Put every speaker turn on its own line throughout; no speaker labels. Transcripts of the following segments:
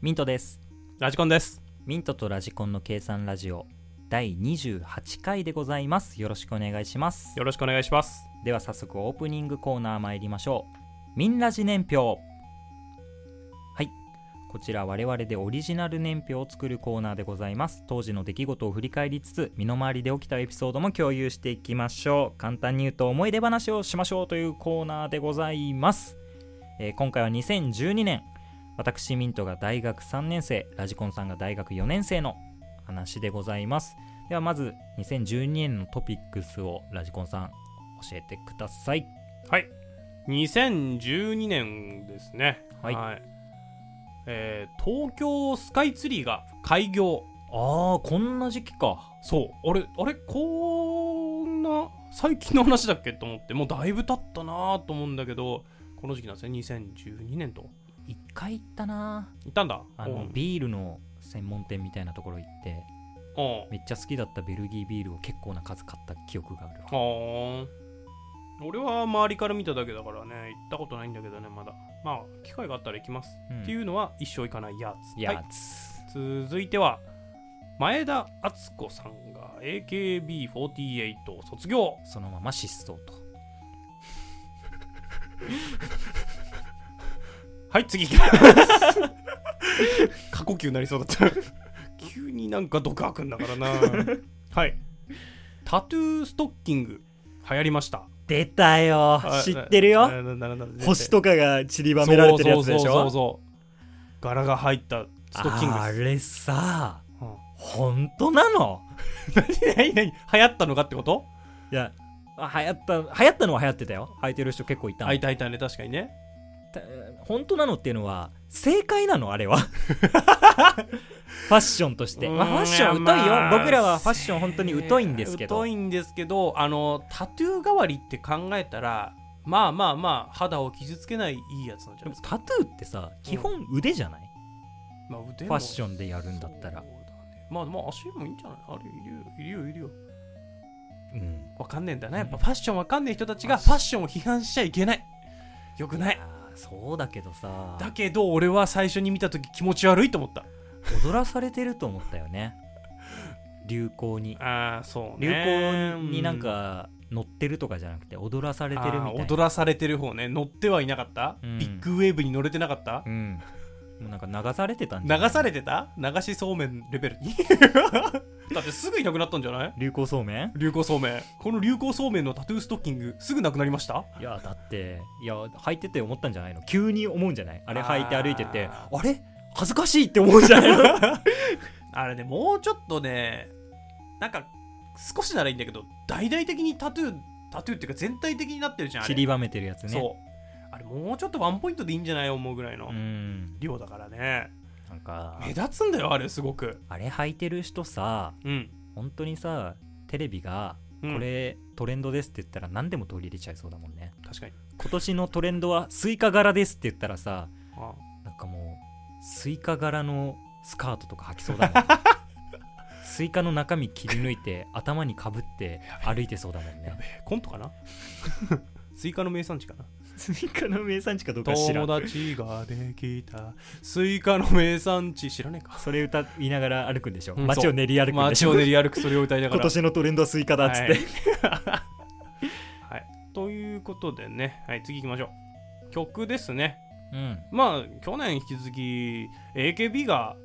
ミントです
ラジコンです。
ミントとラジコンの計算ラジオ第28回でございますよろしくお願いします
よろしくお願いします。
では早速オープニングコーナー参りましょうミンラジ年表はいこちら我々でオリジナル年表を作るコーナーでございます当時の出来事を振り返りつつ身の回りで起きたエピソードも共有していきましょう簡単に言うと思い出話をしましょうというコーナーでございます、えー今回は2012年私ミントが大学3年生ラジコンさんが大学4年生の話でございますではまず2012年のトピックスをラジコンさん教えてください
はい。2012年ですね。
はい
えー東京スカイツリーが開業。
ああこんな時期か
そう。あれ、あれ、こんな、最近の話だっけと思って、もうだいぶ経ったなぁと思うんだけど、この時期なんですね。2012年と。
一回行ったな
行ったんだ。
あ
う
の
ん
ビールの専門店みたいなところ行って
うん
めっちゃ好きだったベルギービールを結構な数買った記憶がある
はあ俺は周りから見ただけだからね行ったことないんだけどねまだまあ機会があったら行きます、
うん
っていうのは一生行かないやつ
いや
はい
つ、
続いては前田敦子さんが AKB48 を卒業
そのまま失踪と
はい次 過呼吸になりそうだった急になんか毒吐くんだからなはいタトゥーストッキング流行りました
出たよ
ななななな
とかが散り
そうそうそうそう柄が入ったストッキング
あ
です
れさ
うん
本当なの
何何流行ったのかってこと
いやあ流行った流行ったのは流行ってたよ履いてる人結構いたの
あいたいたね確かにね
た本当なのっていうのは正解なのあれ はファッションとして、まあ、
う
フ
ん
ァッション疎いよ、
まあ
僕らはファッション本当に疎いんですけど
疎いんですけどあのタトゥー代わりって考えたらまあまあまあ肌を傷つけないいいやつなんじゃ
で
な
も
いですか、
タトゥーってさ基本腕じゃない、
まあ、腕
ファッションでや
あ
るんだったら
まあまあ足もいいんじゃないあれいるよいるよいるよ
うん
わかんねえんだなやっぱファッションわかんねえ人たちがファッションを批判しちゃいけないよくない
あーそうだけどさ
だけど俺は最初に見た時気持ち悪いと思った
踊らされてると思ったよね流行に
ああそう
流
ね
行になんか乗ってるとかじゃなくて踊らされてるみたい
あ
な
ー踊らされてる方ね乗ってはいなかった、
うん
ビッグウェーブに乗れてなかった
う、んもうなんか流されてたんじゃない
流されてた流しそうめんレベルに だってすぐいなくなったんじゃない
流行そうめん
流行そうめんこの流行そうめんのタトゥーストッキングすぐなくなりました
いやだっていや履いてて思ったんじゃないの急に思うんじゃないあれ履いて歩いててあ
あ
れ恥ずかしいって思うんじ ゃないの
あれねもうちょっとねなんか少しならいいんだけど大々的にタトゥータトゥーっていうか全体的になってるじゃんあれ
散りばめてるやつね
そうあれもうちょっとワンポイントでいいんじゃない思うぐらいの
ん
量だからね
なんか
目立つんだよあれすごく
あれ履いてる人さ
うん、
本当にさテレビが
うん
これトレンドですって言ったら何でも取り入れちゃいそうだもんね
確かに
今年のトレンドはスイカ柄ですって言ったらさ
あ
なんかもうスイカ柄のスカートとか履きそうだ もんスイカの中身切り抜いて頭にかぶって歩いてそうだもんね
やべえコントかな スイカの名産地かな
スイカの名産地かどうか知ら
友
ん
達ができたスイカの名産地知らねえか
それ歌いながら歩くんでしょ、
うん
街を練り歩くんでし
街
ょ
を練り歩くそれを歌いなが
今
ら
年のトレンドはスイカだっつって、
はい、はいということでね、はい、次行きましょう曲ですね
うん
まあ去年引き続き AKB が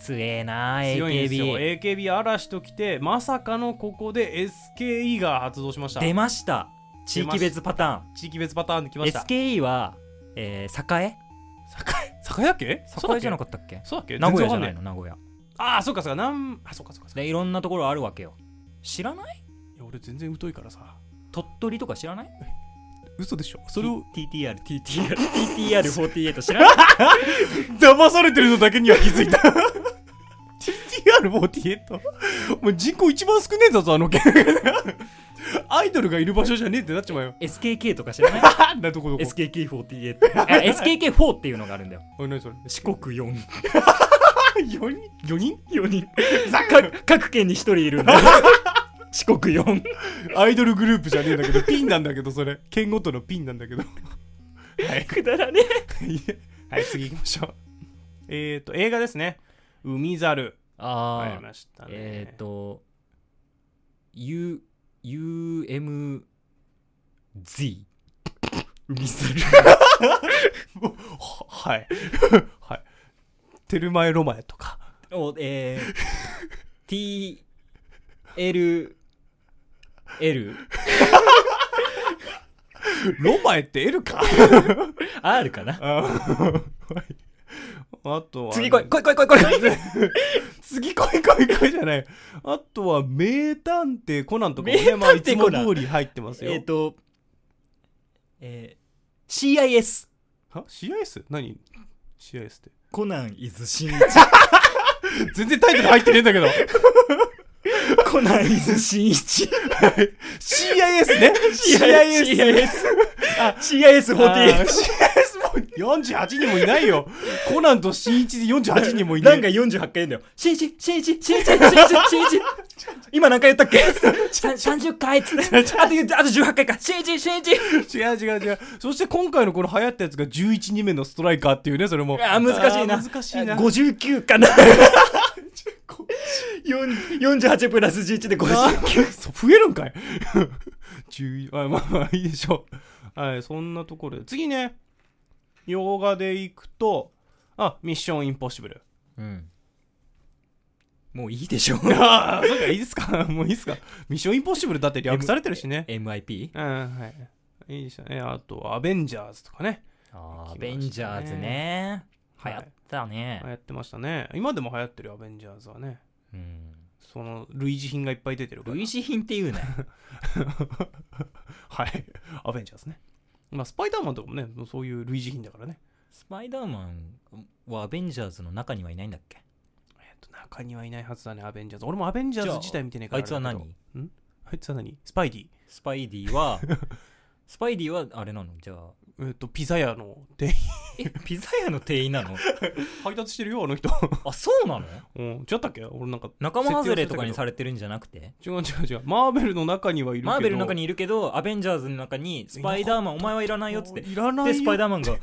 強えな
強いんですよ
AKB
AKB 嵐ときてまさかのここで SKE が発動しました
出ました地域別パタ
地域別パターンでき
ーン
ました
SKE は、えー、栄
酒屋家
栄じゃな
か
かったっけ
そうだっけ
名古屋じゃ
全然わかん
な
ねえ
いの名古屋
ああそうかそうかなんあそうかそうかそうか
でいろんなところあるわけよ知らない
いや俺全然疎いからさ
鳥取とか知らない
嘘でしょそれを
TTRTTRTTR48 知ら ない
騙されてるのだけには気づいた TTR48 お前人口一番少ねえんだぞあの県アイドルがいる場所じゃねえってなっちまうよ
SKK とか知らない
あなどこどこ
SKK48 SKK4 っていうのがあるんだよ
おい何それ
四国4
4人4人
4人各各県に1人い るんだよ四国4
アイドルグループじゃねえんだけどピンなんだけどそれ県ごとのピンなんだけどはい
くだらね
はい次行きましょうえっ、と、映画ですね。海猿。あり
あ
ました
あ、
ね。
えっ、ー、と、U、UMZ。海猿。
は はい。はい。テルマエロマエとか。
お、えー、T、L、L、
ロマエって L か
R かな
あはいあとは。
次来い来い来い来い来い
次来い来い来いじゃない。あとは、名探偵コナンとかも
名
ね、まあ、い
探
つ
偵
も
コナン
通り入ってますよ。
えっと、えー、CIS。
は ?CIS? 何 ?CIS って。
コナン is 新一。
全然タイトル入ってねえんだけど。
コナン is 新一。
CIS ね !CIS!
CIS。CIS48。
CIS!48 人もいないよコナンと新一で48人もいな
ないんか48回言うんだよ。新一、新一、新一、新一、新一。今何回言ったっけ ?30 回っつって。 あと、あと18回か。新一、新一。
違う違う違うそして今回のこの流行ったやつが11人目のストライカーっていうねそれも
あー難しいな
あー難しいな
59かな48プラス11で
あ
50
ー そう増えるんかい11あまあまあいいでしょうはいそんなところで次ね洋画でいくとあミッションインポッシブ ル
うんもういいでしょ
ああそうかいいですか もういいですかミッションインポッシブルだって略されてるしね
MIP?
うんはいいいでしたねあとはアベンジャーズとかね
あ
ー
アベンジャーズね流
は
行
い
ったね、
流行ってましたね今でも流行ってるよアベンジャーズはね
うん
その類似品がいっぱい出てるから
類似品っていう ね
はい。アベンジャーズね。まあ、スパイダーマンとかもね、そういう類似品だからね。
スパイダーマンはアベンジャーズの中にはいないんだっけ
えっと、中にはいないはずだね、アベンジャーズ。俺もアベンジャーズ自体見てねえから
あいつは
れだけ
何
どんあいつは何スパイディ。
スパイディ はスパイディはあれなのじゃあ
えっ、と、ピザ屋の店員。
えピザ屋の店員なの
配達してるよ、あの人。
あそうなの
うん。違ったっけ俺なんか。
仲間外れとかにされてるんじゃなくて
違う違う違う。マーベルの中にはいるけど。
マーベルの中
に
にいるけど、アベンジャーズの中に、スパイダーマン、お前はいらないよっつって。
いらないよ。
で、スパイダーマンが、ね、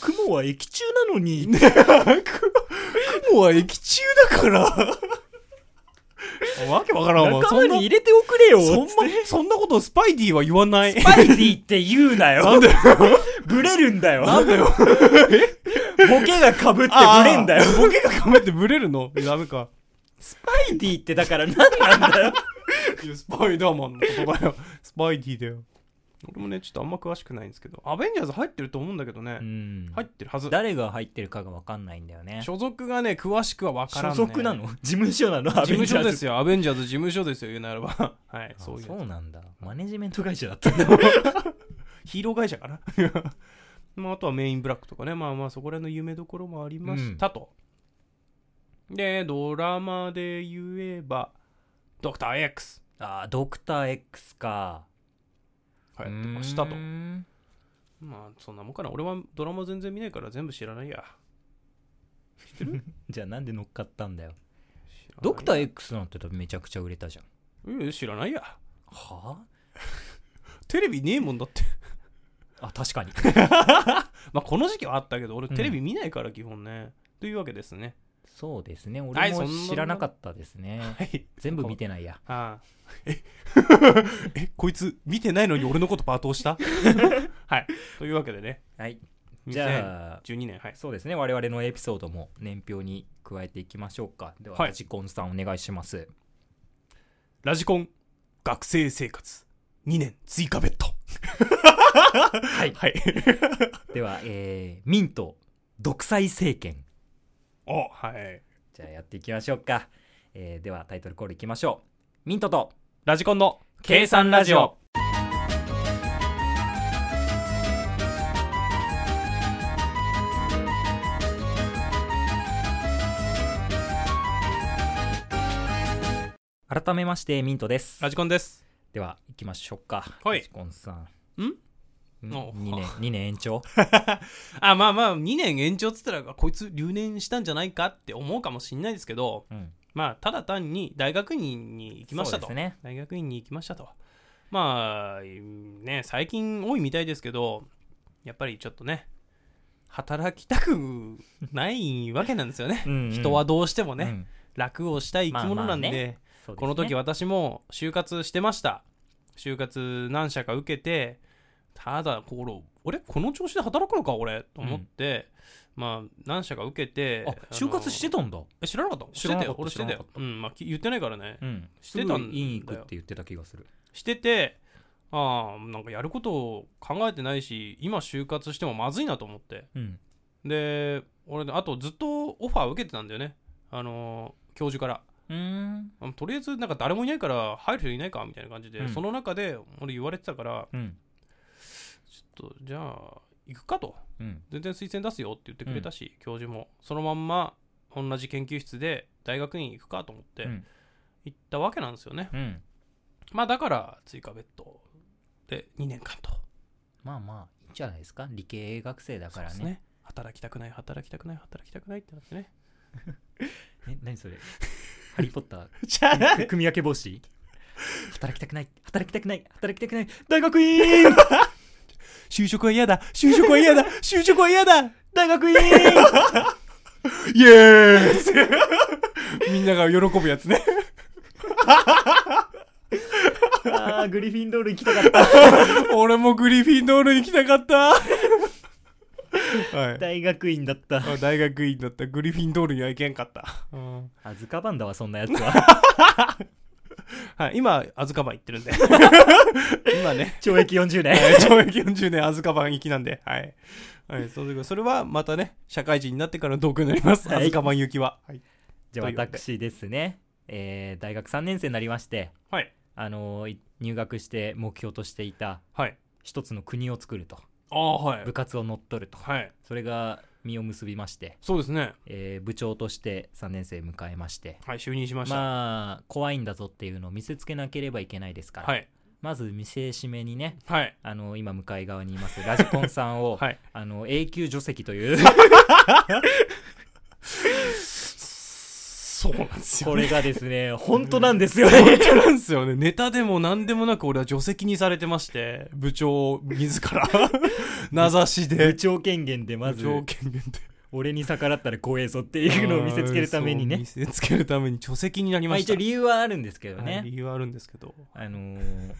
雲は液中なの に、
雲は液中だから。 わけわからんわ。
仲間に入れておくれよ
そんな、
つっ
そんな、そんなことをスパイディは言わない。
てスパイディって言うな
な
よ
んで
ブレるんだよ
な んだよ。
ボケがかぶってブレんだよ
あーボケがかめてブレるのダメか。
スパイディってだから何なんだよ
いや、スパイダーマンのことだよ。スパイディだよ。俺もね、ちょっとあんま詳しくないんですけど、アベンジャーズ入ってると 思うんだけどね。
うん
入ってるはず。
誰が入ってるかが分かんないんだよね
所属がね、詳しくは分からん、
所
ね。
属なの事務所なの
事
アベン
務
ジャ
所
ー
で
ズ
すよ。アベンジャーズ事務所ですよ、言うならば。はい、
そ
そうういうやつ。
そうなんだマネジメント会社だったんだ
ヒーロー会社かな まあ、あとはメインブラックとかね。まあまあ、そこら辺の夢どころもありましたと。で、ドラマで言えば、ドクター X
あードクター X か
流行ってましたと
うー。ん
まあそんなもんかな俺はドラマ全然見ないから全部知らないや
じゃあなんで乗っかったんだよドクター X なんてめちゃくちゃ売れたじゃん。
うん知らないや
は
テレビねえもんだって
ああ、確かに。
まあこの時期はあったけど俺テレビ見ないから基本ね、というわけですね
そうですね。
は
俺
い
も
そんな
知らなかったですね。
はい
全部見てないや。
ああ ええこいつ見てないのに俺のこと罵倒した はいというわけでね
はい。じゃあ、
2012年はい
そうですね。我々のエピソードも年表に加えていきましょうか。では、
はい
ラジコンさんお願いします。
ラジコン学生生活2年追加ベッド
はい。
はい
では、えー、ミント、独裁政権。
おはい
じゃあやっていきましょうか。えー、では、タイトルコールいきましょう。ミントと、
ラジコンの
計算ラジオ。改めまして、ミントです。
ラジコンです
では、行きましょうか。
はい
ラジコンさん。
んお
?2 年、二年延長
あまあまあ2年延長っつったらこいつ留年したんじゃないかって思うかもしれないですけど
うん。
まあただ単に大学院に行きました
そ
と、
うですね。
大学院に行きましたとまあね最近多いみたいですけどやっぱりちょっとね働きたくないわけなんですよね
うんうん
人はどうしてもね、
うん
楽をしたい生き物なんで,、
まあまあそうですね
この時私も就活してました就活何社か受けてただこ俺この調子で働くのか俺と思って、まあ何社か受けて
あ就活して
た
たんだ
え知らなかった
知らなかった
してた
知ら
よ俺してた
な
よ
かっ、た
うんまあ、き言ってないからね
うん
してたんだよ
すぐ院行くって言ってた気がする
しててああなんかやることを考えてないし今就活してもまずいなと思って
うん
で俺あとずっとオファー受けてたんだよねあのー教授から
うーん
あとりあえずなんか誰もいないから入る人いないかみたいな感じで、
うん
その中で俺言われてたから
うん
ちょっとじゃあ行くかと
うん
全然推薦出すよって言ってくれたし、教授もそのまんま同じ研究室で大学院行くかと思って
うん
行ったわけなんですよね、
うん
まあだから追加別途で2年間と
まあまあいいんじゃないですか理系学生だから
そう
ね
です働きたくない働きたくない働きたくないってなってね
え何 それハリー・ポッター
じゃ
く組み分け帽子働きたくない働きたくない働きたくない大学院
就職は嫌だ就職は嫌だ就職は嫌だ
大学院
イエーイ みんなが喜ぶやつね
あーグリフィンドール行きたか った
俺もグリフィンドールに来たかったはい
大学院だった
あ大学院だったグリフィンドールには行けんかった、
あずかばんだわそんなやつ は
はい、今アズカバン行ってるんで 今ね
懲役40年
えー懲役40年アズカバン行きなんで、はい。はい、そうですそれはまたね、社会人になってからの道具になります、
はい
アズカバン行きは。はい。
じゃあ私ですね、えー大学3年生になりまして
はい。
あのーい入学して目標としていた
はい、
一つの国を作ると
ああ、はい
部。活を乗っ取ると
はい。
それが実を結びまして、
そうですね。
えー部長として3年生迎えまして
はい、就任しました。
まあ怖いんだぞっていうのを見せつけなければいけないですから、
はい。
まず見せしめにね
はい。
あの今向かい側にいます ラジコンさんを、
はい。
あの永久除籍という
そうなんですよ、
こ
ね。
れがですね本当なんですよね
これなんですよね。 ネタでも何でもなく俺は除籍にされてまして、部長自ら、 名指し
部
で。
長権限でまず
部長権限で。
俺に逆らったら怖えぞっていうのを見せつけるために
あー
ね
見せつけるために除籍になり
まあ
まし
一
た。
応理由はあるんですけど
はい
ね、
理由はあるんですけど。
あのー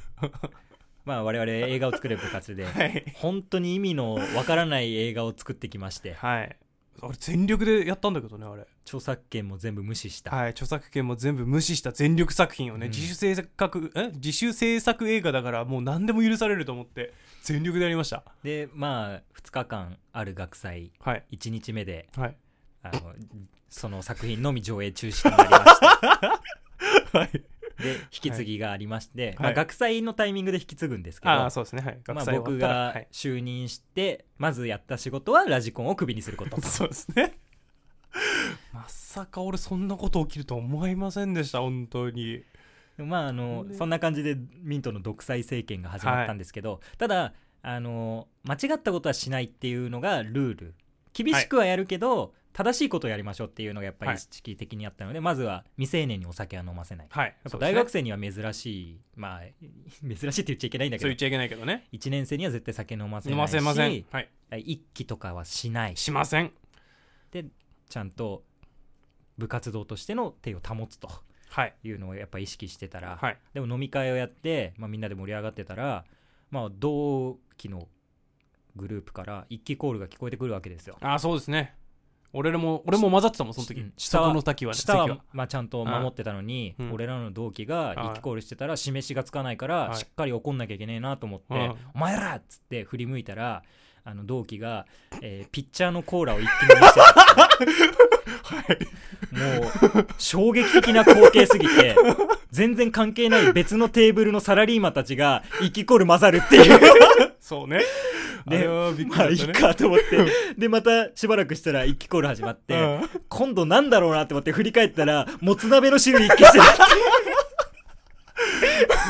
まあ我々映画を作る部活で
はい。
本当に意味のわからない映画を作ってきまして
はい。あれ全力でやったんだけどね、あれ。
著作権も全部無視した、
はい。著作権も全部無視した全力作品をね、
うん
自主制作、え自主制作映画だからもう何でも許されると思って、全力でやりました。
でまあ2日間ある学祭
はい。
1日目で
はい。
あのその作品のみ上映中止となりました
はい。
で引き継ぎがありまして、ま
は
あ、
い
学祭のタイミングで引き継ぐんですけど、
ああ、そうですね。はい。
まあ、
終わ
僕
ったら
が
はい、
就任して、まずやった仕事はラジコンをクビにする こと
そうですね。まさか俺そんなこと起きるとは思いませんでした、本当に。
まああの
ね
そんな感じでミントの独裁政権が始まったんですけど、ただあの間違ったことはしないっていうのがルール厳しくはやるけど、正しいことをやりましょうっていうのがやっぱり
は
意
い
識的にあったので、まずは未成年にお酒は飲ませない
はい。
やっ
そ
ぱ
う
大
ですね
学生には珍しい、まあ 珍しいって言っちゃいけないんだけ
そ
ど
う言っちゃいけないけどね。
1年生には絶対酒飲ませない
飲
し
ませません。はい。
一気とかはしない
しません。
ちゃんと部活動としての手を保つと
はい。
いうのをやっぱ意識してたら、
はい。
でも飲み会をやって、まあ、みんなで盛り上がってたら、まあ、同期のグループから一気コールが聞こえてくるわけですよ。
ああ、そうですね。俺らも、俺も混ざってたもん、その
う
時
ん。下は
下の滝はね。
下
席
は、まあ、ちゃんと守ってたのに、
うん
俺らの同期が一気コールしてたら示しがつかないから、
はい
しっかり怒んなきゃいけねえなと思って「
うん
お前ら!」っつって振り向いたらあの同期が、えーピッチャーのコーラを一気に飲み してた、もう衝撃的な光景すぎて全然関係ない別のテーブルのサラリーマンたちが一気コール混ざるって いう
そうね。
で
あれはびっくり
まあいい
だったね。
かと思ってでまたしばらくしたら一気コール始まって、
うん
今度なんだろうなって思って振り返ったらもつ鍋の汁一気してる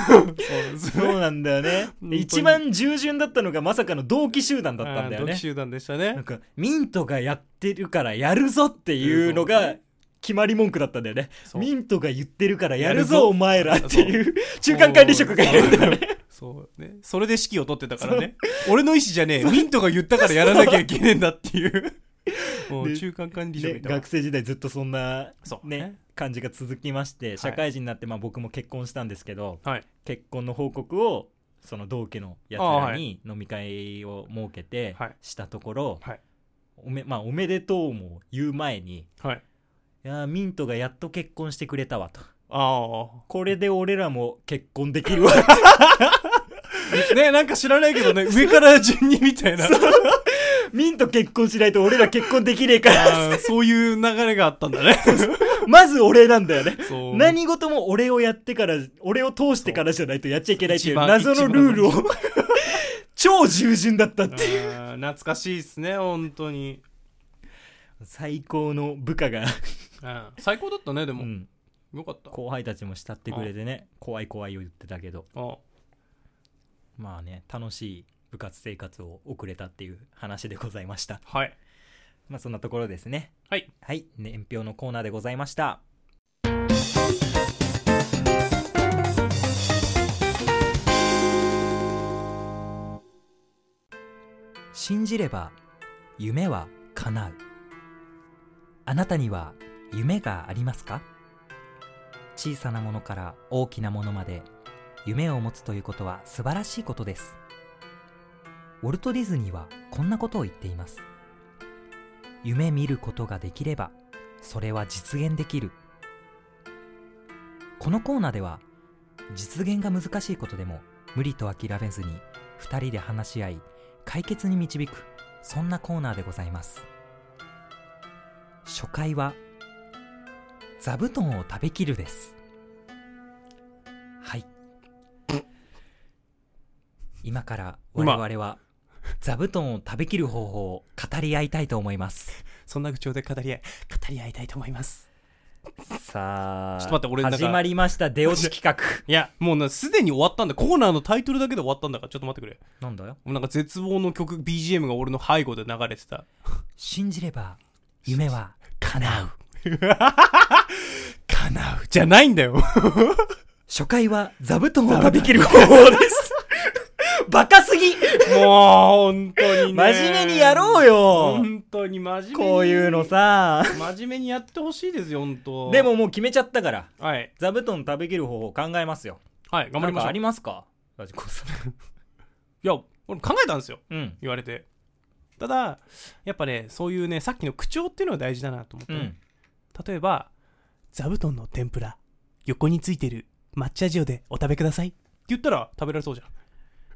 そうです
そうなんだよね
本当
で
に
一番従順だったのがまさかの同期集団だったんだよ
あー同
ね
期集団でした
なん
ね。
かミントがやってるからやるぞっていうのが決まり文句だったんだよね
そう
ミントが言ってるからやる
やる
ぞ
ぞ
お前らっていう中間管理職がいるんだよね
そうね。それで指揮を取ってたからね。俺の意思じゃねえ。ミントが言ったからやらなきゃいけねえんだって いう。もう
で
中間管理職
で
みたいな
学。生時代ずっとそんな、
そう
ね、感じが続きまして社会人になって、まあ、僕も結婚したんですけど
はい。
結婚の報告をその同家のやつ
あ
ら
は
に飲み会を設けて
はい
したところ、
はい
おめまあ、おめでとうも言う前に
はい。
いやーミントがやっと結婚してくれたわと
あ
これで俺らも結婚でき るわ
あ。 ね、なんか知らないけどね、上から順にみたいな。
ミント結婚しないと俺ら結婚できねえから
あーそういう流れがあったん だね。
まず俺なんだよね
そう
何事も俺をやってから俺を通してからじゃないとやっちゃいけないっていう
一番
謎のルールを 超従順だったっ
あ
ていう
ー懐かしいっすね、本当に。
最高の部下が、
うん最高だったね、で
う
も。
ん、
よかった。
後輩たちも慕ってくれてね怖い怖いを言ってたけど
あ
まあね楽しい部活生活を送れたっていう話でございました
はい。
まあそんなところですね
はい
はい年表のコーナーでございました信じれば夢は叶うあなたには夢がありますか小さなものから大きなものまで夢を持つということは素晴らしいことですウォルト・ディズニーはこんなことを言っています夢見ることができればそれは実現できるこのコーナーでは実現が難しいことでも無理と諦めずに2人で話し合い解決に導くそんなコーナーでございます初回は座布団を食べきるですはい今から我々は座布団を食べきる方法を語り合いたいと思います
そんな口調で語り合い、語り合いたいと思います。
さあ
ちょっと待って俺の中
始まりました出落ち企画
いや、もうな、すでに終わったんだ。コーナーのタイトルだけで終わったんだから、ちょっと待ってくれ。
なんだよ
もうなんか絶望の曲、BGM が俺の背後で流れてた。
信じれば夢は叶う
叶う。じゃないんだよ。
初回は座布団を食べきる方法です バカすぎ
もう、本当にね。
真面目にやろう
よ。
よ
本当に真面目に。
こういうの。さ
真面目にやってほしいですよ、本当。
でも、もう決めちゃったから
はい。
座布団食べきる方法考えますよ
はい、頑張りま
なんかあ
しょう。い
りますかラジコさ
や、俺考えたんですよ。
んうん
言われて。ただ、やっぱね、そういうね、さっきの口調っていうのが大事だなと思って
う
ね、
ん
例えば、座布団の天ぷら、横についてる抹茶塩でお食べください。って言ったら食べられそうじゃん。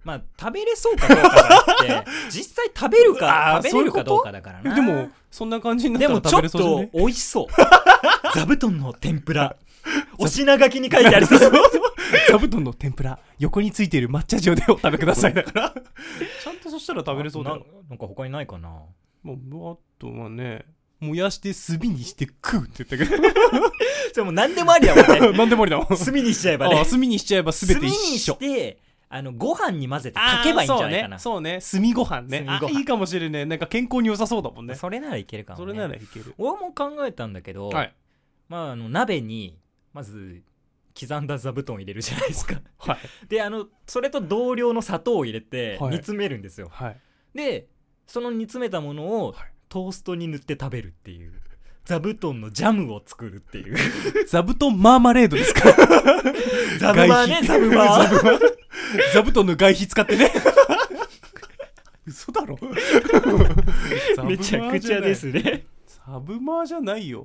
まあ食べれそうかどうかだっ て実際食べるか食
あー
べれる
そうい
か
うこと
どうかだからな
でも、そんな感じになっ
で
たら
もち
食
ょっ
べれそうじゃ
と
ね
美味しそう 座布団の天ぷらお品書きに書いてありそう
座布団の天ぷら、横についてる抹茶塩でお食べくださいだから。 ちゃんとそしたら食べれそうだ
な
よ。
なんか他にないかな
もう、あとはね、燃やして炭にして食うって言ったけ
それもう何でもありだもんね
ど、 なんでもありだもん。
炭にしちゃえば
ああ
ね
炭にしちゃえば全て
炭に
一緒
し。てあのご飯に混ぜて
あー
炊けばいいんじゃないかなそ,、
そうねそうね炭ご飯ね
炭ご飯
あいいかもしれないなんか健康に良さそうだもんねそ
れならいけるかも、ね、
れならいける
俺も考えたんだけど、
はい
まあ、あの鍋にまず刻んだ座布団を入れるじゃないですか
はい
であのそれと同量の砂糖を入れて
はい
煮詰めるんですよ、
はい
でその煮詰めたものを
はい
トーストに塗って食べるっていう座布団のジャムを作るっていう
座布団マーマレードですから
ザブマーねザ
外
ブ
皮
マー
座布団の外皮使ってね嘘だろ
めちゃくちゃですね
サブマーじゃないよ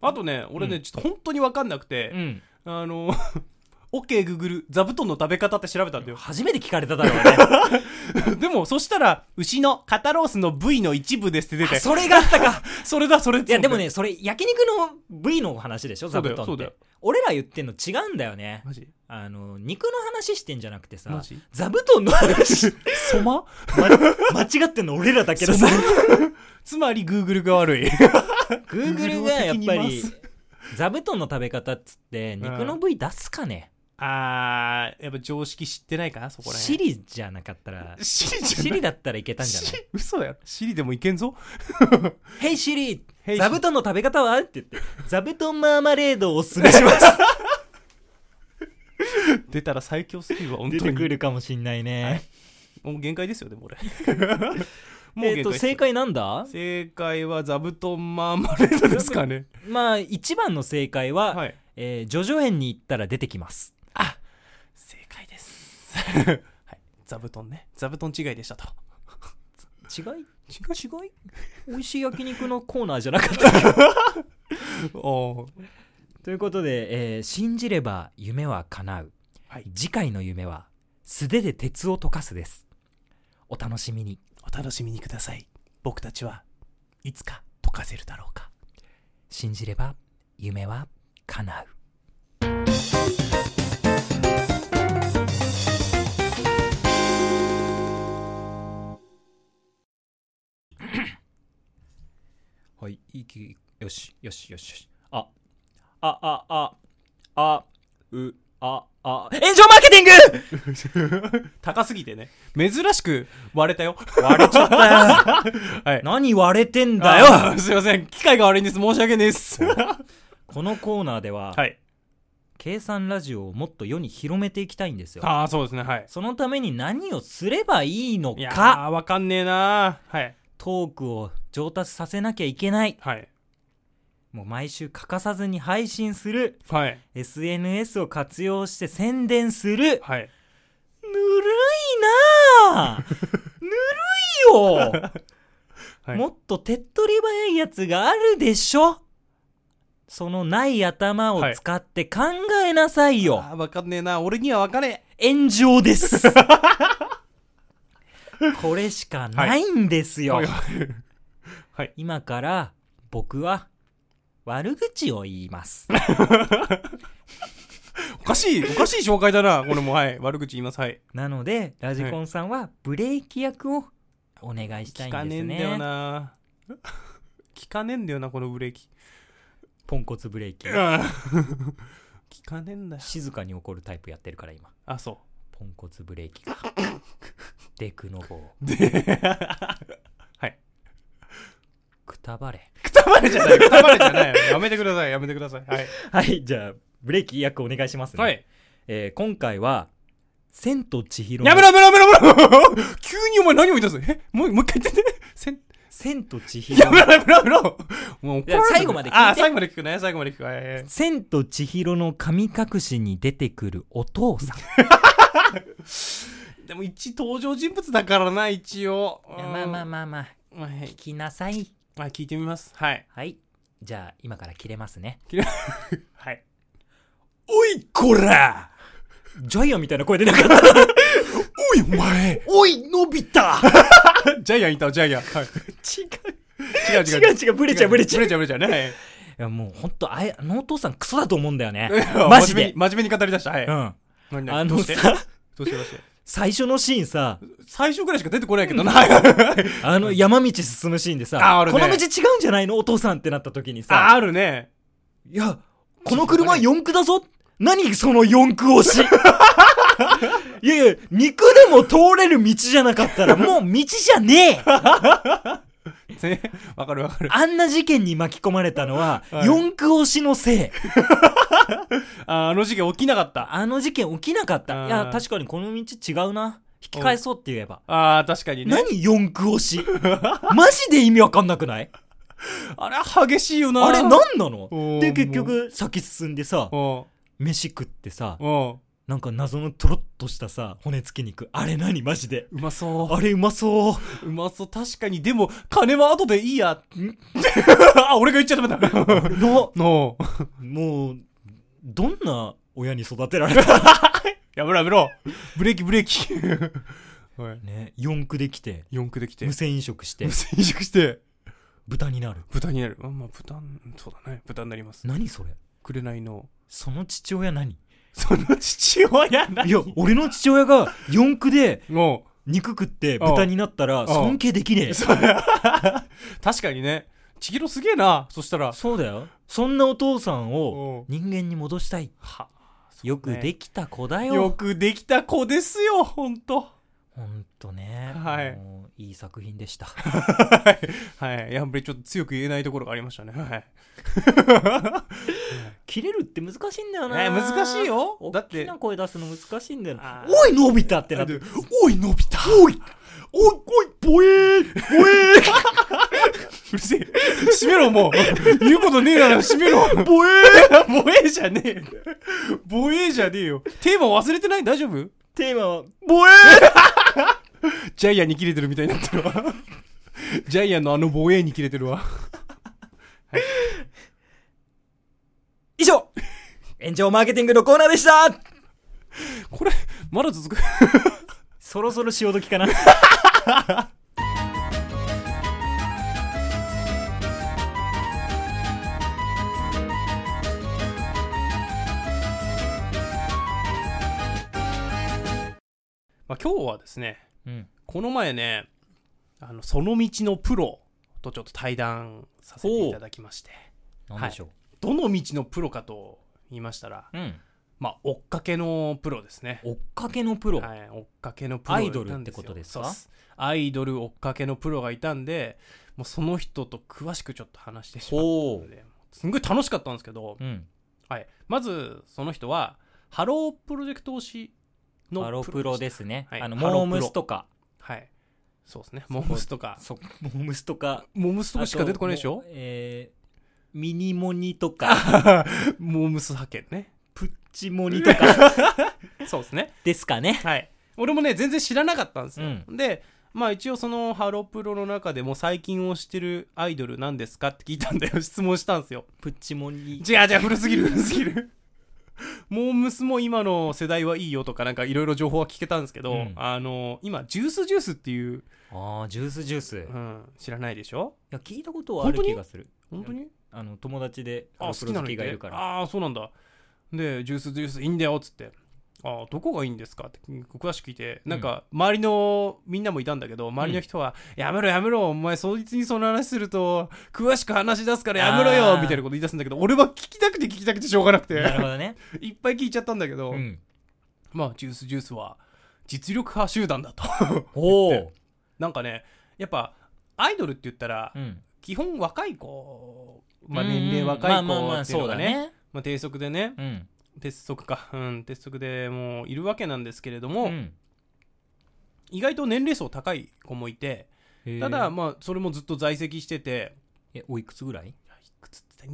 あとね俺ね、
うん
ちょっと本当に分かんなくて
う、ん
あの OK グーグル座布団の食べ方って調べたんだよ
初めて聞かれただろうね
でもそしたら牛の肩ロースの部位の一部ですって出て
あそれがあったか
それだそれっつっ
い
て
やでもねそれ焼肉の部位の話でしょ座
そうだ
布
よ
団
そ
っ
うだよ
て俺ら言ってんの違うんだよね
マジ
あの肉の話してんじゃなくてさ
マジ
座布団の話
ソ マ
ま間違ってんの俺らだけどさ
つま りグーグルが悪
グ
い
ーグルがやっぱり
グーグルを敵に回す
座布団の食べ方っつって肉の部位出すかね、
あーやっぱ常識知ってないかそこらへん
シリじゃなかった ら
シリじゃない
シリだったらいけたんじゃない
シ嘘だよシリでもいけんぞ
「ヘイシリ
Hey
座布団の食べ方は?」って言って「座布団マーマレードをおすすめします」
出たら最強スキルは本
出
当
てく
に
るかもしんないね。
もう限界ですよね もう俺もう
えっ
限界
と、
です
正解なんだ
正解は座布団マーマレードですかね
まあ、一番の正解は、
はい
えー、ジョジョ園に行ったら出てきます。
正解です はい座布団ね座布団違いでしたと
違い
違
違い美味しい焼肉のコーナーじゃなか ったっけ
おー
ということで、えー信じれば夢は叶う。
はい
次回の夢は、素手で鉄を溶かすです。お楽しみに。
お楽しみにください僕たちはいつか溶かせるだろう か
信じれば夢は叶う はい息よしよしよしよしあああああうああ炎上マーケティング
高すぎてね珍しく割れたよ
割れちゃったよ
はい
何割れてんだ
あ
よ
ーすいません機械が悪いんです申し訳ねえっすは
このコーナーでは、
い
計算ラジオをもっと世に広めていきたいんですよ
ああそうですねはい
そのために何をすればいいの
いや
か
ーわかんねえなーはい
トークを上達させなきゃいけない
はい
もう毎週欠かさずに配信する
はい
SNS を活用して宣伝する
はい
ぬるいな あぬるいよ、
はい
もっと手っ取り早いやつがあるでしょそのない頭を使って考えなさいよ、
あーわかんねえな俺にはわかね
炎上ですこれしかないんです
え
よ、
はいはい
今から僕は悪口を言います。
おかしいおかしい紹介だなこれもはい悪口言いますはい
なので、ラジコンさんはブレーキ役をお願いした
聞
いん
かね
で
え
す
んだ
ね。
よな 聞かねえんだよなこのブ レーキ
ポンコツブレーキ。
聞かねえんだよ
静かに怒るタイプやってるから今。
あそう
ポンコツブレーキが。デクノボー。
ではい
くたばれ。
くたばれじゃないくたばれじゃないやめてくださいやめてくださいはい
はい、じゃあ、ブレーキ役お願いしますね。
はい
えー今回は、千と千尋の。
やめろやめろやめろやめろ 急にお前何を言ったんですえもうもう一回言ってね せん
千と千尋
やめろやめろやめろもう
い
怒られる
や最後まで聞いて
あ最後まで聞くね最後まで聞くはいはいはい
千と千尋の神隠しに出てくるお父さん。
でも一登場人物だからな一応
いやまあまあまあまあ、
あはい
聞きなさい。
あ聞いてみますはい
はい。じゃあ、今から切れ ますね。
はいおいこら
ジャイアンみたいな声出なかった。
おいお前
おい、伸び た
ジャイアンいたわジャイアンはい違う違う
違う違う違う、ブレちゃう、ブレちゃう。
ブ
い
レちゃうブレちゃうねはい。
や、もうほんと、あいあのお父さんクソだと思うんだよね マジで。、
真面目に真面目に語り出したはいう
ん。
何々
あ
ど
の
うして
さ、
どうしてどうして
最初のシーンさ、
最初ぐらいしか出てこないけどな
あの山道進むシーンでさ、
あある
こ
ね
の道違うんじゃないのお父さんってなった時に
あ
さ、
あるね
いや、この車四駆だぞ何その四駆推し いやいや、肉でも通れる道じゃなか ったらもう道じゃねえ
ねわかるわかる
あんな事件に巻き込まれたのは、
はい
四駆推しのせい。
ああの事件起きなかった
あの事件起きなかった。
あー
いや、確かにこの道違うな。引き返そうって言えば。
ああ確かにね
何四駆推し マジで意味わかんなくない
あれは激しいよな
あれ何なの
おー
で、結局、先進んでさ、
お
飯食ってさ
う、お
なんか謎のトロッとしたさ、骨付き肉。あれ何マジで。
ううまそ
あれうまそう。
ううまそう確かにでも金は後でいいやん あ俺が言っちゃダメだ
の、
の
もう、どんな親に育てられた
やめろやめろブレーキブレーキ はい
ね、四駆で来て、
四駆できて
無線飲食して
無、線移植して
豚になる。
豚になるあまあ豚そうだね豚になります
何それ
紅の
その父親何
その父親 ない
や、俺の父親が四駆で
も
肉食って豚になったら尊敬できねえ。
う
そ
そう 確かにね千尋すげえなそしたら
そうだよ。そんなお父さん
うん
を人間に戻したい。
は
よくできた子だ
よ
よ。
くできた子ですよほんと
ほんとね、
はい
もういい作品でした
はい。やっぱりちょっと強く言えないところがありましたね。はい。
切れるって難しいんだよな、
えー難しいよ
だ
だ
っ
って
大き
て
な声出すの難しいんだよ
あ
な
ー
おいのび太ってなって
でおい、のび太おいおい、おい、ぼえーぼえーうるせえ。閉めろ、もう。言うことねえなら閉めろ。 ぼえーぼえーじゃねえ。ぼえーじゃねえよ。テーマ忘れてない大丈夫
テーマは
ぼえージャイアンに切れてるみたいになってるわ。ジャイアンのあのぼえーに切れてるわ。
以上炎上マーケティングのコーナーでした
これ、まだ続く。
そろそろ潮時かな
まあ、今日はですね、
うん
この前ね、あの、その道のプロとちょっと対談させていただきまして、
何でしょ
どの道のプロかと言いましたら、
う、うん
まあ、追っかけのプロですね。
追っかけのプロ、
はい、追っかけのプロがいたんよ
アイドルってことですか
そうっアイドル追っかけのプロがいたんで、もうその人と詳しくちょっと話してしまったので、すんごい楽しかったんですけど、
うん
はい、まずその人は、ハロープロジェクト推しの
ハロプロですね、
はい
あの
ハロプロ
モームスとか
はい。そうですね。モムスとか。
そモームスとか
モムスとかしか出てこないでし
あと
ょ
もうえーミニモニと か
モムス派遣ね。
プッチモニとか
そうですね。
ですか ね
はい。俺もね、全然知らなかったんですよ。
う
で、まあ一応そのハロプロの中でも最近をしてるアイドルなんですかって聞いたんだよ。 質問したんですよ。
プッチモニ
違う違う、古すぎる、古すぎる。モームスも今の世代はいいよとかなんかいろいろ情報は聞けたんですけど、
うん
あの、今、ジュースジュースっていう、
ああジュースジュース、
う
い
ん、知らないでしょ
や聞いたことはある
本当に
気がする
本当に
あの友達でハ
あ
ロ
好
プロ
きな
好
の
き
に
が
ね
いるから
ああそうなんだでジュースジュースいいんだよっつってああどこがいいんですかって詳しく聞いてなんか周りのみんなもいたんだけど周りの人は「やめろやめろお前そいつにその話すると詳しく話し出すからやめろ
あ
よ」
ー
みたいなこと言い出すんだけど俺は聞きたくて聞きたくてしょうがなくて
なるほどね、
いっぱい聞いちゃったんだけど、
うん、
まあジュースジュースは実力派集団だと
お
言っ
お、
なんかねやっぱアイドルって言ったら
うん
基本若い子、まあ、
うんうん
年齢若い子っていうのがね,、まあ
まあまあまあ
低速でね
そうだね
鉄則か、うん、鉄則でもういるわけなんですけれど
う
も、
ん、うん
意外と年齢層高い子もいて
へー
ただまあそれもずっと在籍してて
えおいくつぐらい
いくつって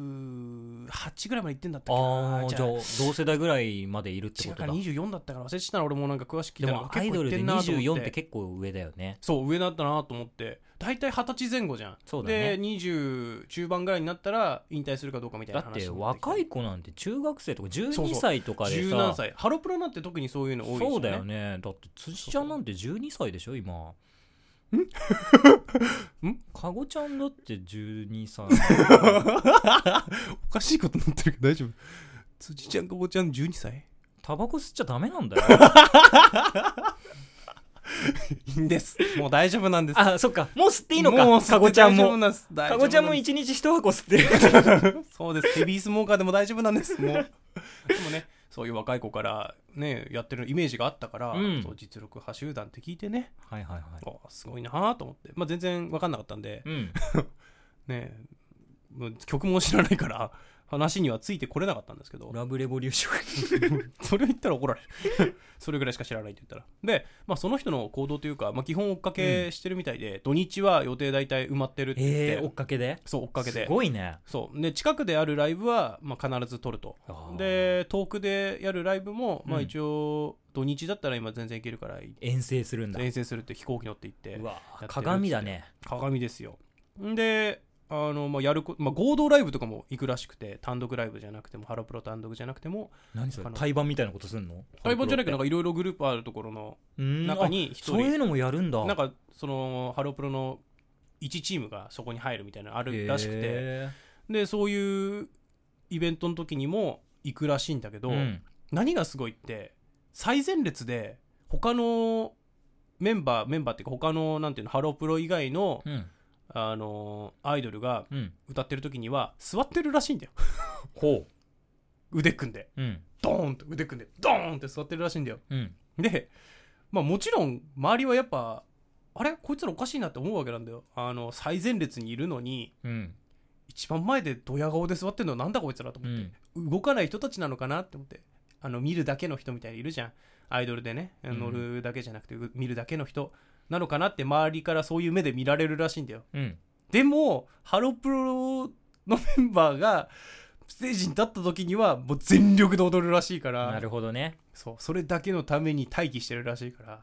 28ぐらいまで行ってんだったっけ
あ
な
あじゃあ同世代ぐらいまでいるって
違
こ
う
と
か
だ
24だったから忘れてたな俺もなんか詳しく聞
で
いたら
もアイドルで
結構行ってんなと思
24って結構上だよね
そう上だったなと思って大体二十歳前後じゃん
そうだね
で20中盤ぐらいになったら引退するかどうかみたい
だ
な
っ
話
て
にな
若
き
い子なんて中学生とか
そうそ
12
う
歳とかで
て
さ
17歳ハロプロなんて特にそういうの多いです
そうだよねだって辻ちゃんなんて12歳でしょ今 んかごちゃんだって12歳
おかしいことになってるけど大丈夫辻ちゃんかぼちゃん12歳
タバコ吸っちゃダメなんだよ
いいんですもう大丈夫なんです
あそっかもう吸っていいの
も
か
う
かごちゃん
大丈夫
も
なんです大丈
か
夫
ごちゃん
な
も
です
一日一箱吸 ってる
そうですヘビースモーカーでも大丈夫なん ですもうでもねそういう若い子からねやってるイメージがあったから、
うん
そう実力派集団って聞いてね
はいはいはい
あすごいなーと思って、まあ、全然分かんなかったんで、
うん
ねもう曲も知らないから話にはついてこれなかったんですけど
ラブレボリューション
それを言ったら怒られる それぐらいしか知らないって言ったらで、まあ、その人の行動というか、まあ、基本追っかけしてるみたいで、土日は予定大体埋まってるって言って、
えー、追っかけで
そう追っかけ
す
で
ごいね
そうで近くであるライブは、まあ、必ず撮ると
あー
で遠くでやるライブも、まあ、
うん
一応土日だったら今全然行けるから
遠征するんだ
遠征するって飛行機乗って行って
うわ
てる
鏡だね
鏡ですよであの、まあ、やるこ、まあ、合同ライブとかも行くらしくて単独ライブじゃなくてもハロプロ単独じゃなくても
何それ
あの
対バンみたいなことすんの
ライブじゃなくてなん
か
かいろいろグループあるところの中
中
に一
そうい
人
うのもやるんだ
なんかそのハロプロの1チームがそこに入るみたいなのあるらしくて
へ
でそういうイベントの時にも行くらしいんだけ
ー
ど、
うん
何がすごいって最前列で他のメンバーメンバーっていうか他のなんていうのハロプロ以外の、
うん
あのアイドルが
うん
歌ってる時には座ってるらしいんだよ
ほ
腕組んで
ううん
ドーンと腕組んでドーンって座ってるらしいんだよ
うん
でまあもちろん周りはやっぱあれこいつらおかしいなって思うわけなんだよあの最前列にいるのに
うん
一番前でドヤ顔で座ってんのなんだこいつらと
う
思って、
ん
動かない人たちなのかなって思ってあの見るだけの人みたいにいるじゃんアイドルでね
ん
乗るだけじゃなくて見るだけの人なのかなって周りからそういう目で見られるらしいんだよ
うん
でもハロプロのメンバーがステージに立った時にはもう全力で踊るらしいから
なるほどね
そうそれだけのために待機してるらしいからもう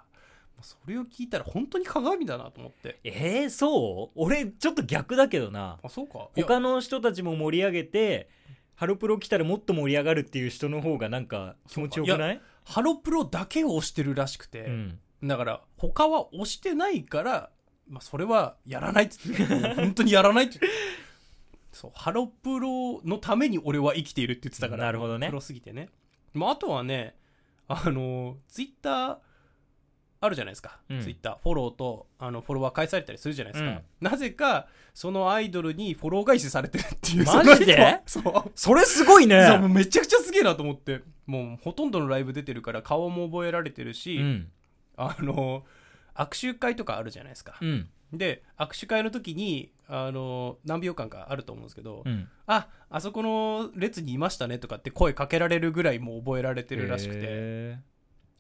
それを聞いたら本当に鏡だなと思って
えー、そう俺ちょっと逆だけどな
あそうかいや
他の人たちも盛り上げてハロプロ来たらもっと盛り上がるっていう人の方がなんか気持ちよくない
ハロプロだけを押してるらしくて、
うん
だから他は押してないから、まあ、それはやらないっつって本当にやらないって言ってそうハロプロのために俺は生きているって言ってたから
なるほどね
プロすぎてね、まあ、あとはねあのツイッターあるじゃないですか、
うん
ツイッターフォローとあのフォロワー返されたりするじゃないですか、
うん
なぜかそのアイドルにフォロー返しされてるっていう
マジで
その人そう
それすごい
そうもうめちゃくちゃすげえなと思ってもうほとんどのライブ出てるから顔も覚えられてる
う
し、
ん
あの握手会とかあるじゃないですか
う、ん
で握手会の時にあの何秒間かあると思うんですけど、
うん
ああそこの列にいましたねとかって声かけられるぐらいもう覚えられてるらしくて、
へ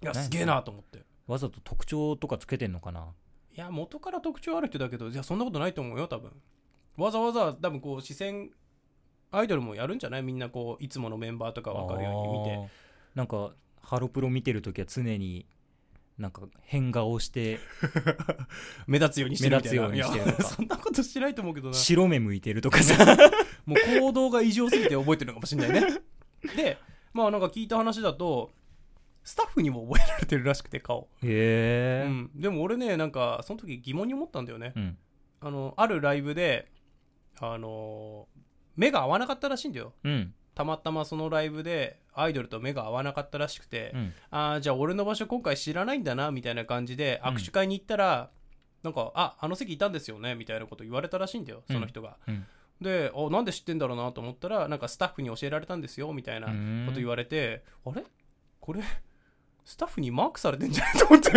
いやすげえなと思って
ーわざと特徴とかつけてんのかない
や元から特徴ある人だけどいやそんなことないと思うよ多分わざわざ多分こう視線アイドルもやるんじゃないみんなこういつものメンバーとか分かるように見て
てなんかハロプロ見てるときは常になんか変顔して
目立つようにしてるみたいな
目立つようにしてるの
い
か
やそんなことしないと思うけどな
白目向いてるとかさ
もう行動が異常すぎて覚えてるのかもしれないねでまあなんか聞いた話だとスタッフにも覚えられてるらしくて顔、う
へえ
ん、でも俺ねなんかその時疑問に思ったんだよね、
うん
あのあるライブであの目が合わなかったらしいんだよ
うん
たまたまそのライブでアイドルと目が合わなかったらしくて、
うん
ああじゃあ俺の場所今回知らないんだなみたいな感じで
うん
握手会に行ったら、なんか「ああの席いたんですよね」みたいなこと言われたらしいんだよその人が、
うん
であなんで知ってんだろうなと思ったらなんかスタッフに教えられたんですよみたいなこと言われて、あれこれスタッフにマークされてんじゃないと思って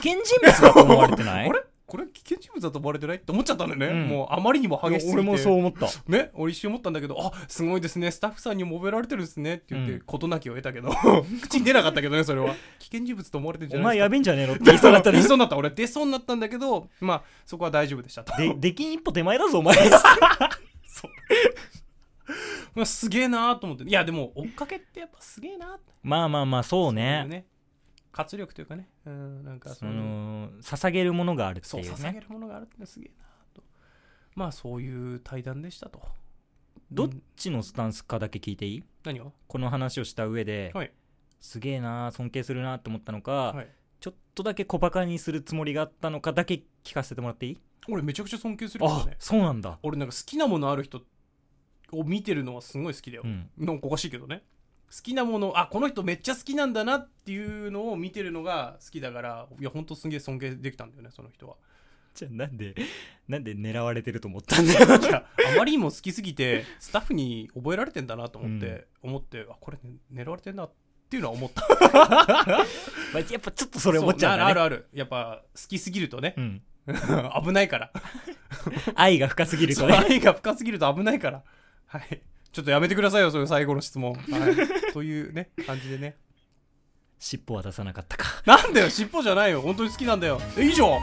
危険人物だと思われてな
あ
い
れこれ危険人物だと思われてないって思っちゃったんだよね、
うん
もうあまりにも激しすぎて
俺もそう思 った
ね、俺一瞬思ったんだけど、あすごいですね、スタッフさんにも覚えられてるんですねって言って、
うん
事なきを得たけど、 口に出なかったけどね、それは。危険人物と思われてるんじ
お
ゃな
前
いです
や
か。
べえんじゃねえのって言いそうだったね
出そうになった、俺、出そうになったんだけど、まあ、そこは大丈夫でした と。
で出禁一歩手前だぞお 前
まあすげえなーと思って、いや、でも、追っかけってやっぱすげえなーって
まあまあまあそうね
活力というかね、うん、なんか
そ
の
の捧げるものがあるって
そう
いう
捧げ
ね
るものがあるってすげえなーと。まあ、そういう対談でしたと。
どっ
うん
ちのスタンスかだけ聞いていい
何を
この話をした上で、
はい
すげえな尊敬するなって思ったのか、
はい
ちょっとだけ小バカにするつもりがあったのかだけ聞かせてもらっていい
俺、めちゃくちゃ尊敬するけど
あ
ね。
そうなんだ
俺、なんか好きなものある人を見てるのはすごい好きだよ
う。ん
なんかおかしいけどね好きなものあこの人めっちゃ好きなんだなっていうのを見てるのが好きだからいやほんとすげえ尊敬できたんだよねその 人は
じゃあなん でなんで狙われてると思ったんだよ
いやあまりにも好きすぎてスタッフに覚えられてんだなと思って、思ってあこれ、狙われてんなっていうのは思った
まあやっぱちょっとそれ思っちゃうん
そ
だ
な
ね
あるあるやっぱ好きすぎるとね
うん、
危ないから
愛が深すぎる
そ
と
う
ね
愛が深すぎると危ないからはいちょっとやめてくださいよそういう最後の質 問、はい、というね感じでね
尻尾は出さなかったか
なんだよ尻尾じゃないよ本当に好きなんだよえ以 上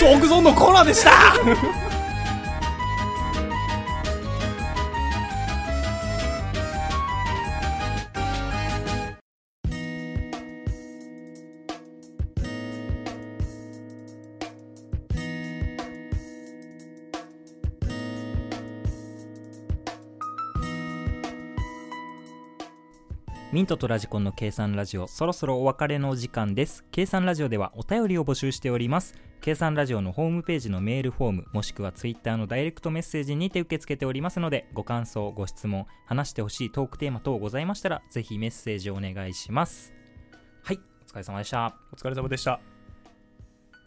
トークゾーンのコーナーでした
ミントとラジコンの計算ラジオそろそろお別れのお時間です計算ラジオではお便りを募集しております計算ラジオのホームページのメールフォームもしくはツイッターのダイレクトメッセージにて受け付けておりますのでご感想ご質問話してほしいトークテーマ等ございましたらぜひメッセージをお願いしますはいお疲れ様でした
お疲れ様でした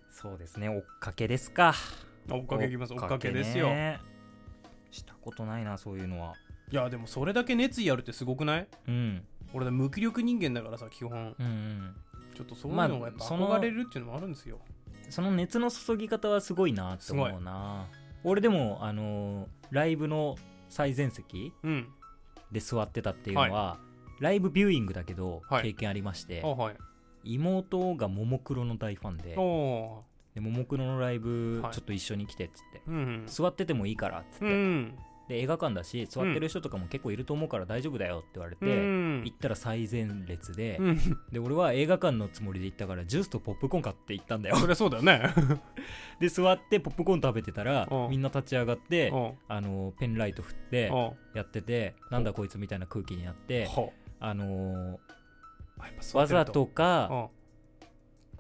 そうですね追っかけですか
追っかけいきます追っかけ
ね
ですよ
したことないなそういうのはい
やでもそれだけ熱意あるってすごくない
うん
俺無気力人間だからさ基本
うんうん
ちちょっとそういうのがやっぱ憧れるっていうのもあるんですよ、
その熱の注ぎ方はすごいなって思うな俺でもあのーライブの最前席
うん
で座ってたっていうのは、ライブビューイングだけど
は
経
い
験ありまして、
あはい
妹がももクロの大ファンで
おお
でももクロのライブ
はい
ちょっと一緒に来てっつって、
ーうん
座っててもいいからっつって、
うん
で映画館だし座ってる人とかも結構いると思うから大丈夫だよって言われて、
うん
行ったら最前列で、
うん
で俺は映画館のつもりで行ったからジュースとポップコーン買って行ったんだよ
そりゃそうだよね
で座ってポップコーン食べてたら
うん
みんな立ち上がって
うん
あのペンライト振って
うん
やっててなんだこいつみたいな空気になって
は
あのー
あやっぱそ
わ
うや
ざ
ってる
とか
うん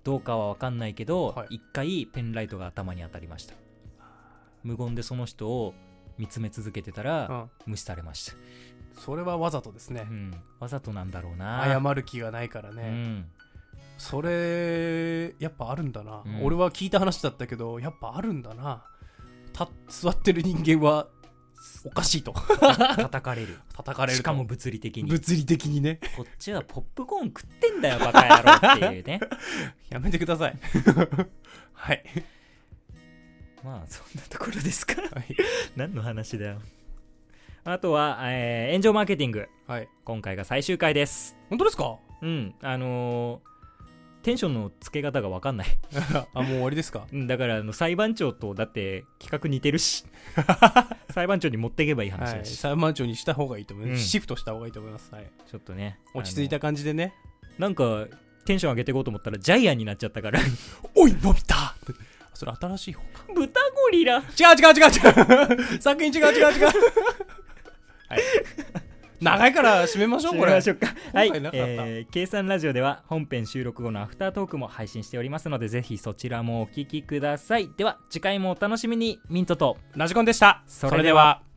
どうかは分かんないけど
はい
一回ペンライトが頭に当たりました無言でその人を見つめ続けてた
う
ら
ん
無視されました
それはわざとですね
うんわざとなんだろうな
謝る気がないから
う
ね
ん
それやっぱあるんだな、
うん
俺は聞いた話だったけどやっぱあるんだなた座ってる人間はおかしいと
叩かれる
叩かれると
しかも物理的に
物理的にね
こっちはポップコーン食ってんだよバカ野郎っていうね
やめてくだ さいはい、
まあそんなところですか
はい
何の話だよあとは、えー炎上マーケティング
はい、
今回が最終回です
本当ですか
うんあのーテンションのつけ方が分かんない
あもう終わりですか
うんだからあの裁判長とだって企画似てる し裁判長に持っていけばいい話
は
だ
い、
し、
サーマンチョにした方がいいと思います、
うん
シフトした方がいいと思います、はい、
ちょっとね
落ち着いた感じでね
あのなんかテンション上げていこうと思ったらジャイアンになっちゃったから
おい伸びたそれ新しい方か
豚ゴリラ
違う違う違う違う 作品違う違う違うはい長いから締めましょうこれ
ましょうかは
回
い
なかった、
えー、計算ラジオでは本編収録後のアフタートークも配信しておりますのでぜひそちらもお聞きくださいでは次回もお楽しみにミントと
ラジコンでした
それ
それ
で
で
は
は